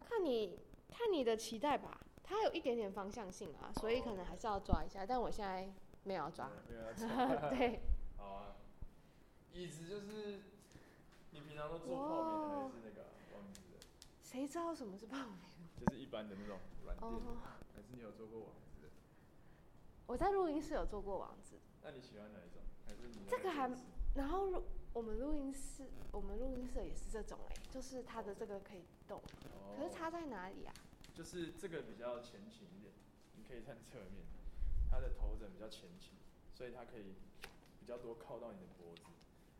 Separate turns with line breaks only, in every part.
看你看你的期待吧，它有一点点方向性啊，所以可能还是要抓一下。但我现在没有要 抓，
没有要
对，
好啊，椅子就是你平常都做泡棉的还是那个啊网子的？
谁知道什么是泡面？
就是一般的那种软
哦
垫，，还是你有做过网子的？
我在录音室有做过网子，
那你喜欢哪一种？还是你
这个还
那种
然后录我们录音室，我们录音室也是这种哎、就是它的这个可以动，
哦
可是差在哪里啊？
就是这个比较前倾一点，你可以看侧面，它的头枕比较前倾，所以它可以比较多靠到你的脖子。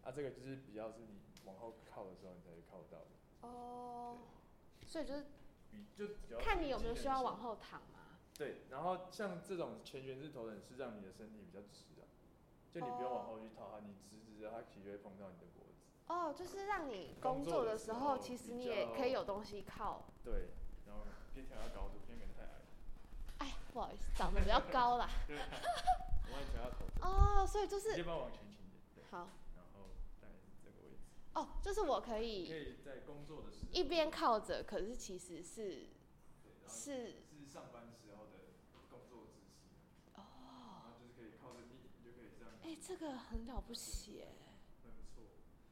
啊，这个就是比较是你往后靠的时候你才会靠到的，
哦，所以就是
比就比较
看你有没有需要往
后。
后躺嘛。
对，然后像这种前旋式头枕是让你的身体比较直的，就你不用往后去套它，你直直的它其实就会碰到你的脖子。
哦，就是让你
工
工
作
作
的
的
时
时
候
候，其实
比
你
较
也可以有东西靠。
对，然后边调要高度，边可能太矮了，
哎，不好意思，长得比较高 啦。
对，我帮你调到头枕，
哦，所以就
你
是
先帮我往前倾一点，对，
好
然后大概是这个位置。
哦，就是我可
可
以
以在工作的时候
一边靠着，可是其实是
对然后
是
是上班时候的工作姿势，啊然
哦，
后就是可以靠着你，你就可以这样，
哎，这个很了不起哎。
很不错。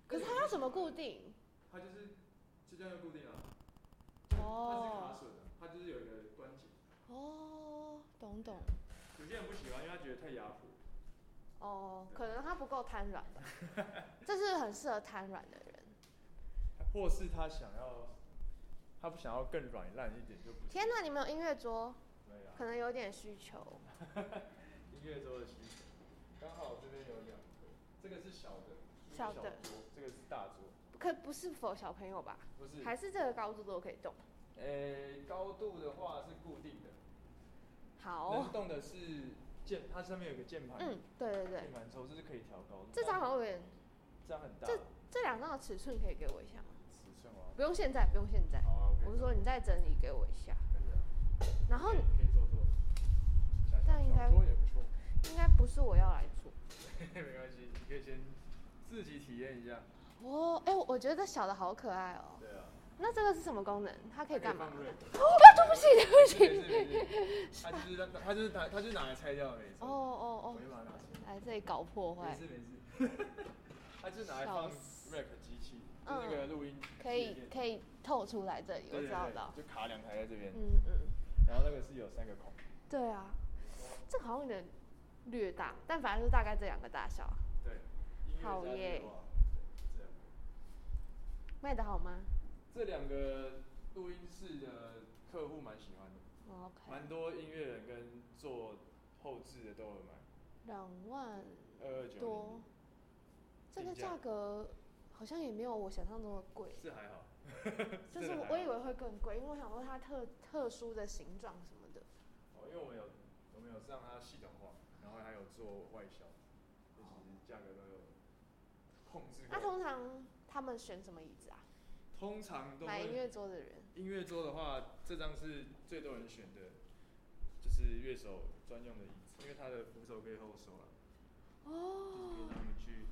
可是它要怎么固定？
它就是就这样就固定了，啊它是卡
哦
榫的，它就是有一个关节。
哦，懂懂
有些人不喜欢，因为他觉得太压迫。
哦，可能它不够瘫软吧， 这是很适合瘫软的人。
或是他想要，他不想要更软烂一点就不行。
天哪，你们有音乐桌，
对啊，
可能有点需求。
音乐周的需求，刚好这边有两个，这个是小的，
小的
一个桌，这个是大桌，
可不是否小朋友吧？
不是
还是这个高度都可以动？
呃，高度的话是固定的，能
好，
动的是键，它上面有个键盘，
哦嗯，对对对
键，盘抽这是可以调高的。
这张好像有点，
这样很大，哦
这这两张的尺寸可以给我一下吗？
尺寸啊，
不用现在，不用现在。
好啊，
我是说你再整理给我一下，
可以啊，
然后
可以可以做做，想
这样应该
小桌也不错，
应该不是我要来做。
没关系，你可以先自己体验一下。
哦，哎，我觉得这小的好可爱哦。
对啊，
那这个是什么功能？它可以干嘛？
放
哦，
瑞克
对不起，
没
对不
事
起。
没事没事，它就是它它就是拿它就是拿来拆掉的没
哦
错，
哦
我就把它拿出
哦，来这里搞破
来，
坏
没事，没事， 它就是拿来放
笑死嗯
rack 机器，就那个录音
可
界
以
面
可以透出来这里，我
对对
知道到。
对，就卡两台在这边，
嗯嗯，
然后那个是有三个孔。
对啊，这个好像有点略大，但反正就大概这两个大小，
对，音乐家
好
这个
耶
哇对
卖的好吗
这两个录音室的客户蛮喜欢的，
哦？OK，
蛮多音乐人跟做后置的都有买，
两万
二二九
多，这个
定价
价格好像也没有我想象中的贵。
是还好，
就是我我以为会更贵，因为我想说它特特殊的形状什么的。
哦，因为我们有我们有让它系统化，然后还有做外销，就其实价格都有控制
那、
过。
通常他们选什么椅子啊？
通常都
买音
会
乐桌的人
音乐桌的话，这张是最多人选的，就是乐手专用的椅子，因为它的扶手可以后收了，就是可以
哦
让你去。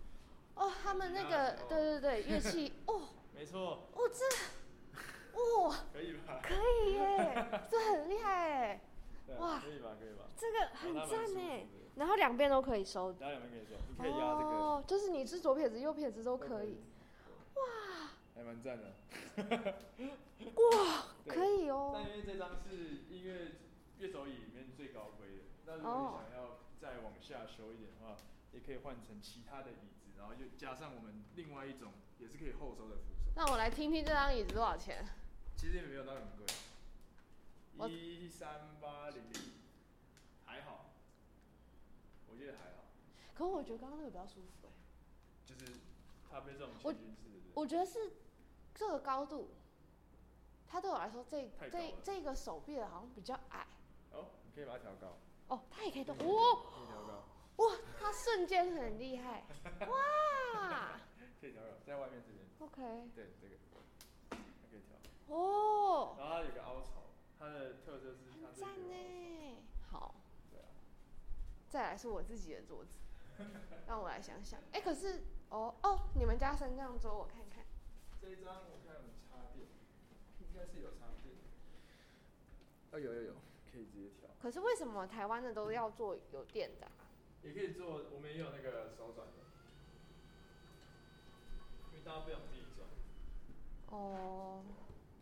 哦，他们那
吉
个
他
对对对乐器哦
没错，
哦这哦
可以吧？
可以耶，这很厉害耶，
对
哇
可以吧？可以吧？哦
这个很赞哎。然后两边都可以收，
大家有没有跟你说？你可以压这个，
哦，就是你是左撇子右撇子都可以，，
哇，还蛮赞的。
哇，
对
可以哦
但，因为这张是音乐乐手椅里面最高规的，那如
哦
果你想要再往下修一点的话，也可以换成其他的椅子，然后又加上我们另外一种也是可以后收的扶手。
那我来听听这张椅子多少钱？
其实也没有到很
我
贵，一三八零零，还好，我觉得还好，
可我觉得刚刚那个比较舒服哎，
就是它被这种
我
全军式的，
我觉得是这个高度，它对我来说这
太高
这
了
这个手臂的好像比较矮
哦，你可以把它调高，
哦，它也可以动，
嗯
哇
可以调高，
哇，它瞬间很厉害，哇
可以调高，在外面这边，
，OK，
对这个，它可以调，
哦，
然后它有个凹槽，它的特色是它
很
这个
赞
有凹槽，
呢，好，
对啊，
再来是我自己的桌子，让我来想想，哎，可是哦哦，你们家升降桌我看看。
这一张我看有插电，应该是有插电的，啊有有有，可以直接调，
可是为什么台湾的都要做有电的、啊？
也可以做，我们也有那个手转的，因为大家不想自己转，
哦，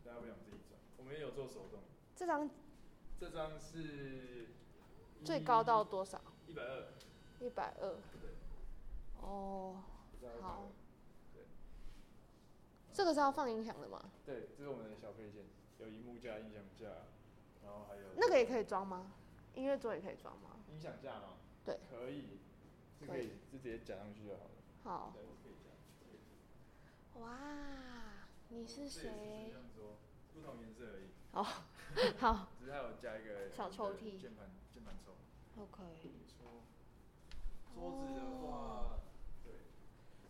大家不想自己转，我们也有做手动的，
这张
这张是
最高到多少？
一百二，
一百二。
对，
哦，
这张
好
120
这个是要放音响的吗？
对，这是我们的小配件，有荧幕架、音响架，然后还有
那个也可以装吗？音乐桌也可以装吗？
音响架吗？
对，
可以，是
可
可
以哦
以，就直接夹上去就好了。
好，
对，可以这样。可以这样
哇，你是
这也是
谁
这？样说，不同颜色而已，
好
只是还有加一个
小抽屉
键盘键盘抽。
，OK，
桌桌子的
哦
话，对，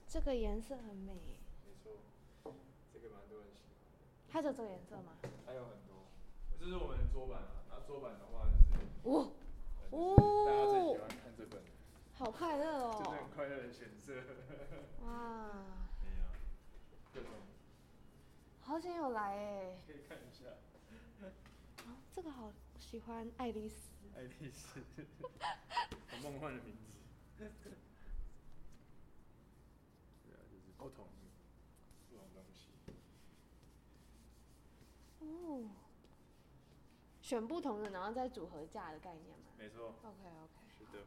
这个颜色很美。
没错，这个蛮多人喜欢的，
它就这个颜色吗？
还有很多，这是我们的桌板啊。那桌板的话就是
哦，
很，大家最喜
哦，
欢看这本，
好快乐
就是
哦
很！快乐的选择。
哇，
没有，各种
好想有来哎、
可以看一下。
啊，这个好喜欢爱丽丝。
爱丽丝，很梦幻的名字。对啊，就是不同不同东西。
哦，选不同的，然后再组合架的概念吗
没错，
？OK OK，
是的。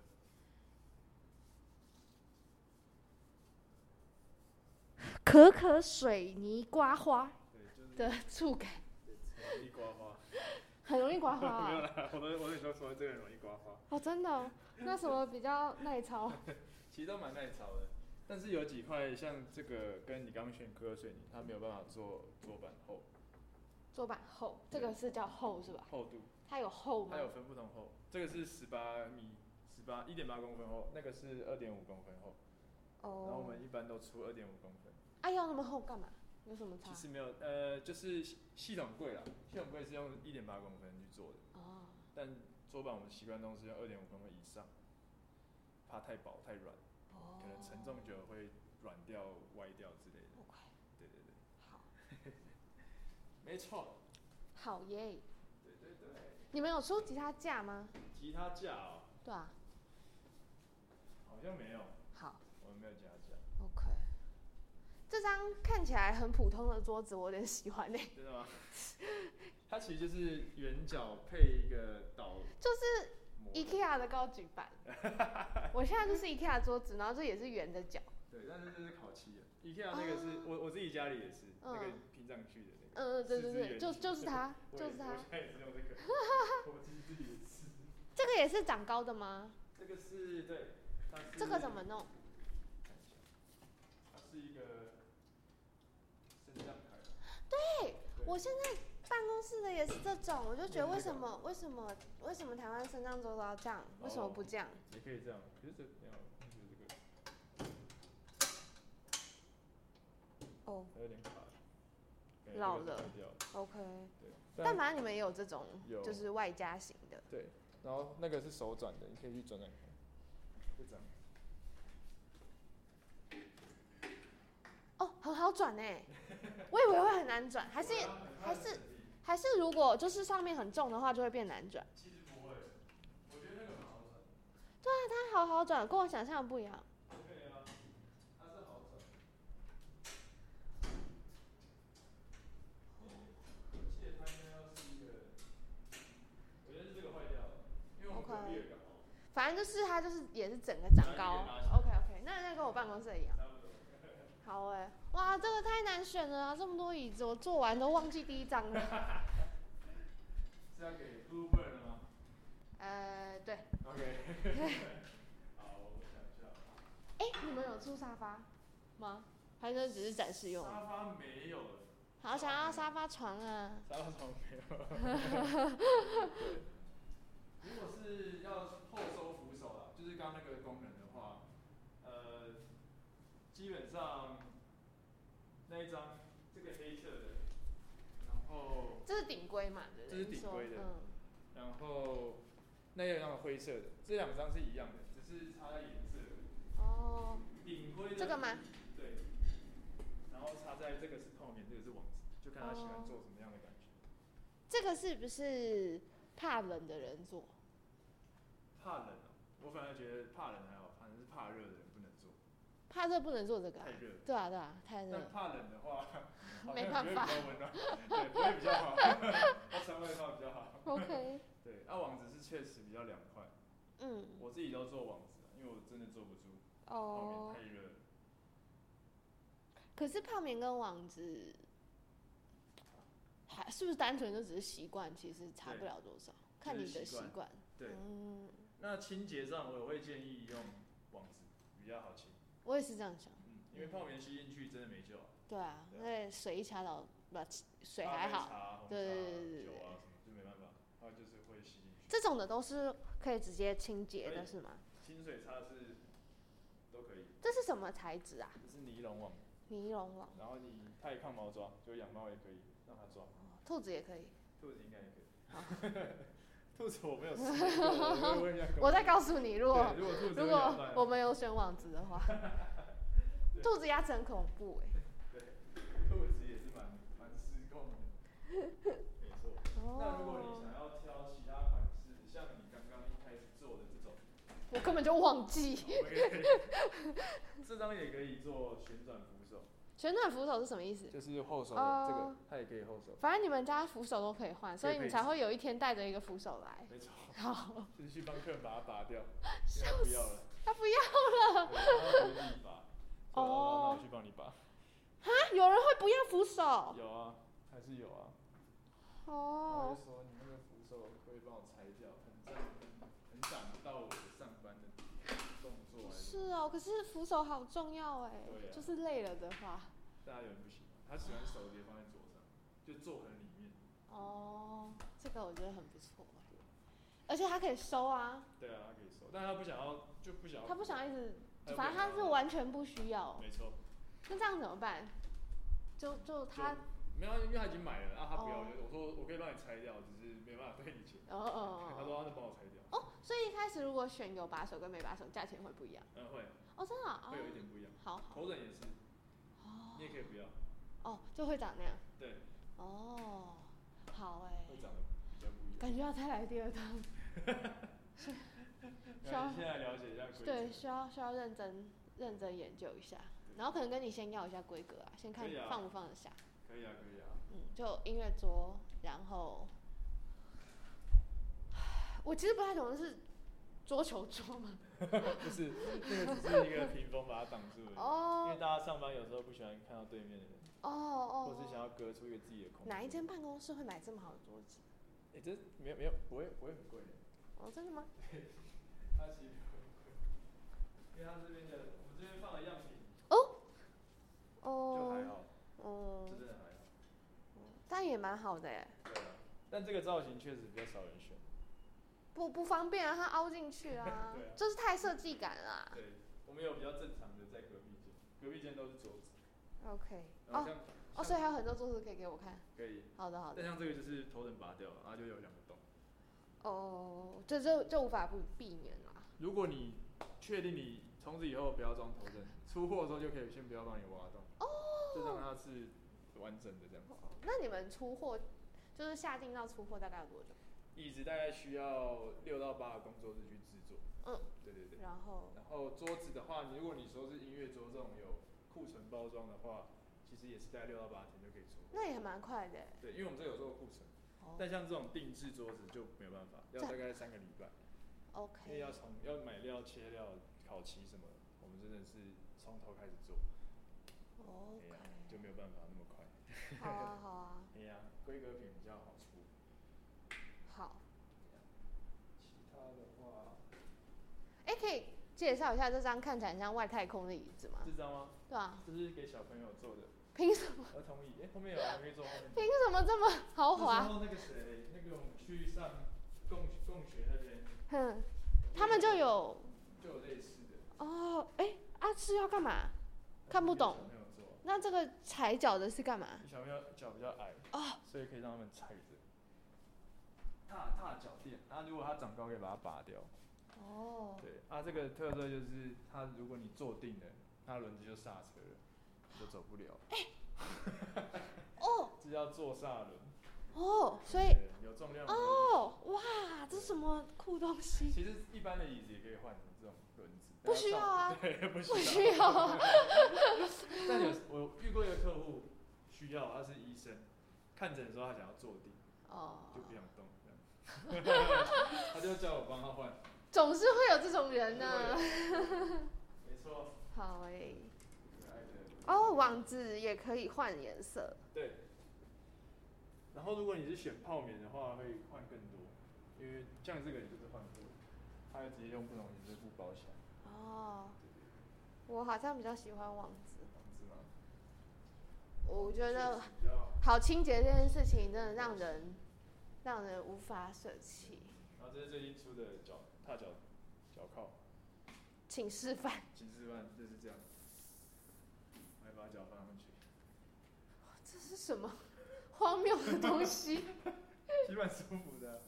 可可水泥刮花
对，就是
的触感，
容易刮花。
很容易刮花、
没有
啊、
啦，我都我跟你说，说这个人容易刮花，
哦，真的哦、那什么比较耐操？
其实都蛮耐潮的。但是有几块像这个跟你刚刚选可可水泥，它没有办法做做板厚
桌板厚，这个是叫厚是吧？
厚度，
它有厚吗
它？有分不同厚，这个是十八米，十八一点八公分厚，那个是二点五公分厚，然后
哦，
我们一般都出二点五公分。
啊，要那么厚干嘛？有什么差
其？实没有，呃，就是系系统柜啦，系统柜是用一点八公分去做的，
哦，
但桌板我们习惯都是用二点五公分以上，怕太薄太软，
哦
可能承重久了会软掉、歪掉之类的。
OK，
对对对，
好，
没错，
好耶！
对对对。
你们有出吉他架吗？
吉他架哦，
对啊，
好像没有，
好
我们没有吉他架，
，OK。这张看起来很普通的桌子，我有点喜欢诶、
真的吗？它其实就是圆角配一个导
就是
模，
IKEA 的高举 板。我现在就是 IKEA 桌子，然后这也是圆的角，
对，但是这是烤漆的，IKEA 啊那个
哦
是、我我自己家里也是、那个拼上去的那个。
嗯嗯，对对对，
是
就
这
就是它，
我
就
也
是它
我。现在也是用这个，我自己自己也是。
这个也是长高的吗？
这个是对，它是
这个怎么？弄？
看一下它是一个升降台。对
我现在办公室的也是这种，我就觉得为
也是
什
这种
么为什么为什么台湾升降桌都要这样，为什么
哦
不这样？
也可以这样，可是这没有，就是这个
哦
它有点卡，感觉这个
老了
坏掉了
，OK、
对，
但反正你们也有这种，
有
就是外加型的。
对，然后那个是手转的，你可以去转转看，就这样。
哦，很好转呢、我以为会很难转，还是还是还是如果就是上面很重的话，就会变难转。
其实不会，我觉得那个蛮好转的。
它好好转，跟我想象的不一样。
对啊，它是好转的。我记得它应该要是一个，我觉得是这个坏掉了，因为我们
OK
隔壁有一个好的
反正就是它就是也是整个长高
哪里也拉起来。
OK OK，那那跟我办公室的一样。
差不多。
好哎、哇，这个太难选了啊！这么多椅子，我做完都忘记第一张 了。
是要给 Bluebird 的吗
呃，对，
？OK。好，我想一下。
哎、你们有出沙发吗？还是只是展示用？
沙发没有了，
好想要沙发床啊！
沙发床没有。对。如果是要后收扶手啊，就是刚刚那个功能的话，呃，基本上那一张这个黑色的，然后
这是顶规嘛？对不对
这是顶规的
你说嗯，
然后那有一张灰色的，这两张是一样的，只是差在颜色而已。
哦，
顶规的
这个吗？
对，然后插在这个
哦
是泡面，这个是网子，就看他喜欢做什么样的感觉。
这个是不是怕冷的人做，
怕冷啊，我反而觉得怕冷还好，反正是怕热的人不能做，
怕热不能做这个、啊
太。热了。
对啊，对啊，太热
但
了。
怕冷的 话，好像
没办法
不会比较温暖，对，不会比较好， 它三外套比较好。
OK，
对，那、网子是确实比较凉快，
嗯，
我自己都做网子啊，因为我真的坐不住，泡面
哦
太，热了。
可是泡棉跟网子，还是不是单纯就只是习惯，其实差不
对
了多少，看
就
你
是
的
习
习
惯
惯。
对，
嗯，
那清洁上我会建议用网子比较好清，
我也是这样想。
嗯，因为泡棉吸进去真的没救啊。
对啊，
对啊
那水一掐到，不，水
咖
还
啡
好。
茶、红茶、
对对对对
酒啊什么就没办法，它就是会吸进去。
这种的都是可以直接清洁
可
的，
以
是吗？
清水擦是都可以，
这是什么材质啊？
这是尼龙网，
尼龙网，
然后你太抗毛抓，就养猫也可以让它抓，
哦兔子也可以。
兔子应该也可以
好。
兔子我没有试过，我问一下
我再告诉你，如果
对如果兔子
如
会咬
果
断
我们有选网子 的话，兔子牙齿很恐怖哎、
兔子也是蛮蛮失控的，没错。那如果
哦，
你想要挑其他款式，像你刚刚一开始做的这 种，
我根本就忘记。
我们也可以这张也可以做旋转扶 手，
旋转扶手是什么意思？
就是后手
的这个哦，
它也可以后手。
反正你们家扶手都可以换，所以
可以
你才会有一天带着一个扶手来。啊
没错，
好，
就是去帮客人把它拔掉，因为他不要了，
他不要
对他不愿意拔。说哦那那我去帮你拔。
啊，有人会不要扶手
有啊，还是有啊。我
哦
就。说你那个扶手可不可以帮我拆掉，很占很挡到我的上班的动作
不
还是。
是哦，可是扶手好重要哎、
对啊
就是累了的话，
大家有人不喜欢，他喜欢手直接放在桌上，就坐很里面。
哦，这个我觉得很不错哎、而且它可以收啊，
对啊，他可以收，但是他不想要，就不想要。
他不想要一直，
哦有
反正他是完全不需要。
没错，
那这样怎么办？就就他，
没有啊，因为他已经买了，啊，他不要，
哦
我说我可以帮你拆掉，只是没办法退你钱。
哦哦
他
哦
说他就帮我拆掉，
哦，所以一开始如果选有把手跟没把手，价钱会不一样。
嗯，会
哦，真的啊、
会有一
哦，
点不一样。
好好
头枕也是，
哦
你也可以不要，
哦，就会长那样。
对，
哦，好哎、
会长得比较不一样。
感觉要再来第二趟。需要
那你现在了解一下规则，
对，需要需要认真认真研究一下，然后可能跟你先要一下规格啊，先看
可以啊
放不放得下。
可以啊，可以啊。
嗯，就音乐桌，然后我其实不太懂的是桌球桌嘛。
不是，那个只是一个屏风把它挡住了，因为
哦
大家上班有时候不喜欢看到对面的人，
哦哦
或是想要隔出一个自己的空间。
哪一间办公室会买这么好的桌子？
哎、这没有没有不会不会很贵的，
哦，真的吗？
它其实不会很贵，因为它这边的我们这边放的样品就还
哦，
好，
哦
就，真的还好。
但也蛮好的耶，
对啊，但这个造型确实比较少人选。
不不方便啊，它凹进去啊
对啊，
就是太设计感了啊。
对，我们有比较正常的在隔壁间，隔壁间都是桌子，
OK，
然后
哦
像、
哦，所以还有很多桌子可以哦给我看。
可以，
好的好的
但，像这个就是头枕拔掉了，然后就有两个洞。
哦，这就就无法不避免啦。
如果你确定你从此以后不要装头枕，出货的时候就可以先不要帮你挖洞，就让它是完整的这样。
哦那你们出货就是下定到出货大概有多久？
椅子大概需要六到八个工作日去制作。
嗯，
对对对。
然后
然后桌子的话，如果你说是音乐桌这种有库存包装的话，其实也是在六到八天就可以出货。
那也蛮快的耶。
对，因为我们这有做库存，
哦
但像这种定制桌子就没有办法，要
这
大概三个礼拜，因为
，OK，
要从要买料、切料、烤漆什么的，我们真的是从头开始做，哎呀
OK，
就没有办法那么快。
好啊，好啊，
哎呀，规格品比较好出。
好。
其他的话，
哎、可以介绍一下这张看起来很像外太空的椅子吗？
这张吗？
对啊，
这是给小朋友做的
凭什么？
儿童椅，哎、后面有人可以坐后 面。
凭什么这么豪
那时
华？
候那个谁，那个我们去上共共学那边，
哼，他们就有
就有类似的。
哦，哎、啊是要干嘛？看不懂
小朋友坐，
那这个踩脚的是干嘛？
小朋友脚比较矮，
哦，
所以可以让他们踩着。踏踏脚垫，那、如果它长高可以把它拔掉。
哦，
对，啊，这个特色就是它，如果你坐定了，它轮子就刹车了，你就走不了。
哦，
这叫坐刹轮。
哦，所以
对有重量的轮子。
哦，哇东西？
其实一般的椅子也可以换这种轮子，
不需要啊
但 它上，对，不需
不
要。
需要啊。
但有我遇过一个客户需要，他是医生，看诊的时候他想要坐地，
哦，
就不想动，这 样， 他就叫我帮他换。
总是会有这种人呢、
没错，
好诶、
可爱的
哦，网子也可以换颜色。
对。然后如果你是选泡棉的话，会换更多，因为像这个你就是换过，他就直接用不同颜色布包起来，
哦，我好像比较喜欢网子，
你知道吗？
我觉得
哦确实比较
好清洁这件事情真的让人让人无法舍弃。
然后这是最近出的脚踏脚脚铐，
请示 范，
秦四万就是这样，来把脚放上去，
这是什么荒谬的东西？
其实蛮舒服的啊。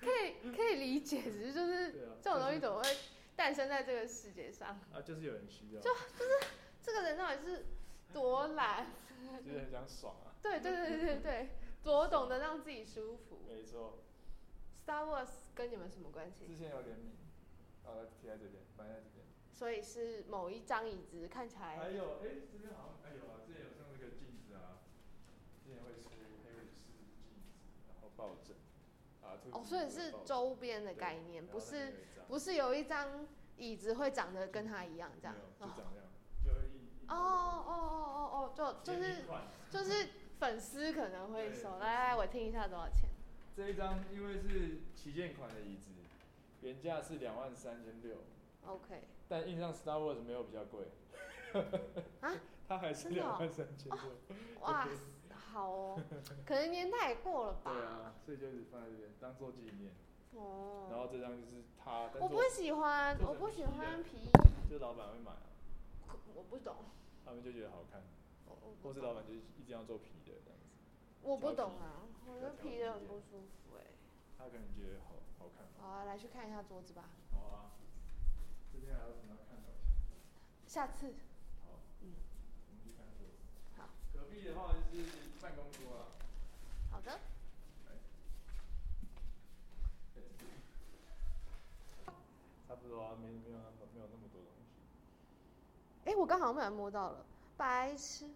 可以可以理解，只是就是
对啊，
这种东西
就
怎么会诞生在这个世界上？
是啊，就是有人需要，
这个人到底是多懒？
就是很想爽啊。
对对对对对，多懂得让自己舒服。
没错，
Star Wars 跟你们什么关系？
之前有联名，然后贴在这边，摆在这边。
所以是某一张椅子看起
还
来
有，哎、这边好像还有啊，之前有像这个镜子啊，之前会出黑武士镜子，然后抱枕啊，兔子
哦，所以是周边的概念，
然后
不
那
是
边有一张
不是有一张椅子会长得跟它一样这样
没有就
哦
长这样，就一一
哦哦哦哦哦，就就
联
是
名款
就是粉丝可能会
对
说，来来来，我听一下多少钱？
这一张因为是旗舰款的椅子，原价是两万三千六，
OK，
但印上 Star Wars 没有比较贵。
啊？
它还是
真的
两
哦
万三千六。
哇，好 哦，可能年代也过了
对
吧？
啊，所以就是放在这边当做纪念。然
哦，
后这张就是它，但
我
是
不喜欢，
做
我
成
不喜
皮的
欢皮衣，
就老板会买啊，
可我不懂，
他们就觉得好看，
我我
或
不
是老
懂，
板就一定要做皮的这样子，
我不
挑
懂
皮
啊，我觉
要
得
挑
皮
皮
的很
的
不舒服哎。
他可能觉得好好看。哦
好啊，来去看一下桌子吧，
好啊，这边还有什么要看的？
下次。
好，
嗯，
我们去看桌子。
好，
隔壁的话就是办公桌啊。
好的。
对差不多啊，没没有那么没有那么多东西。
哎、我刚好像不小心摸到了，白痴。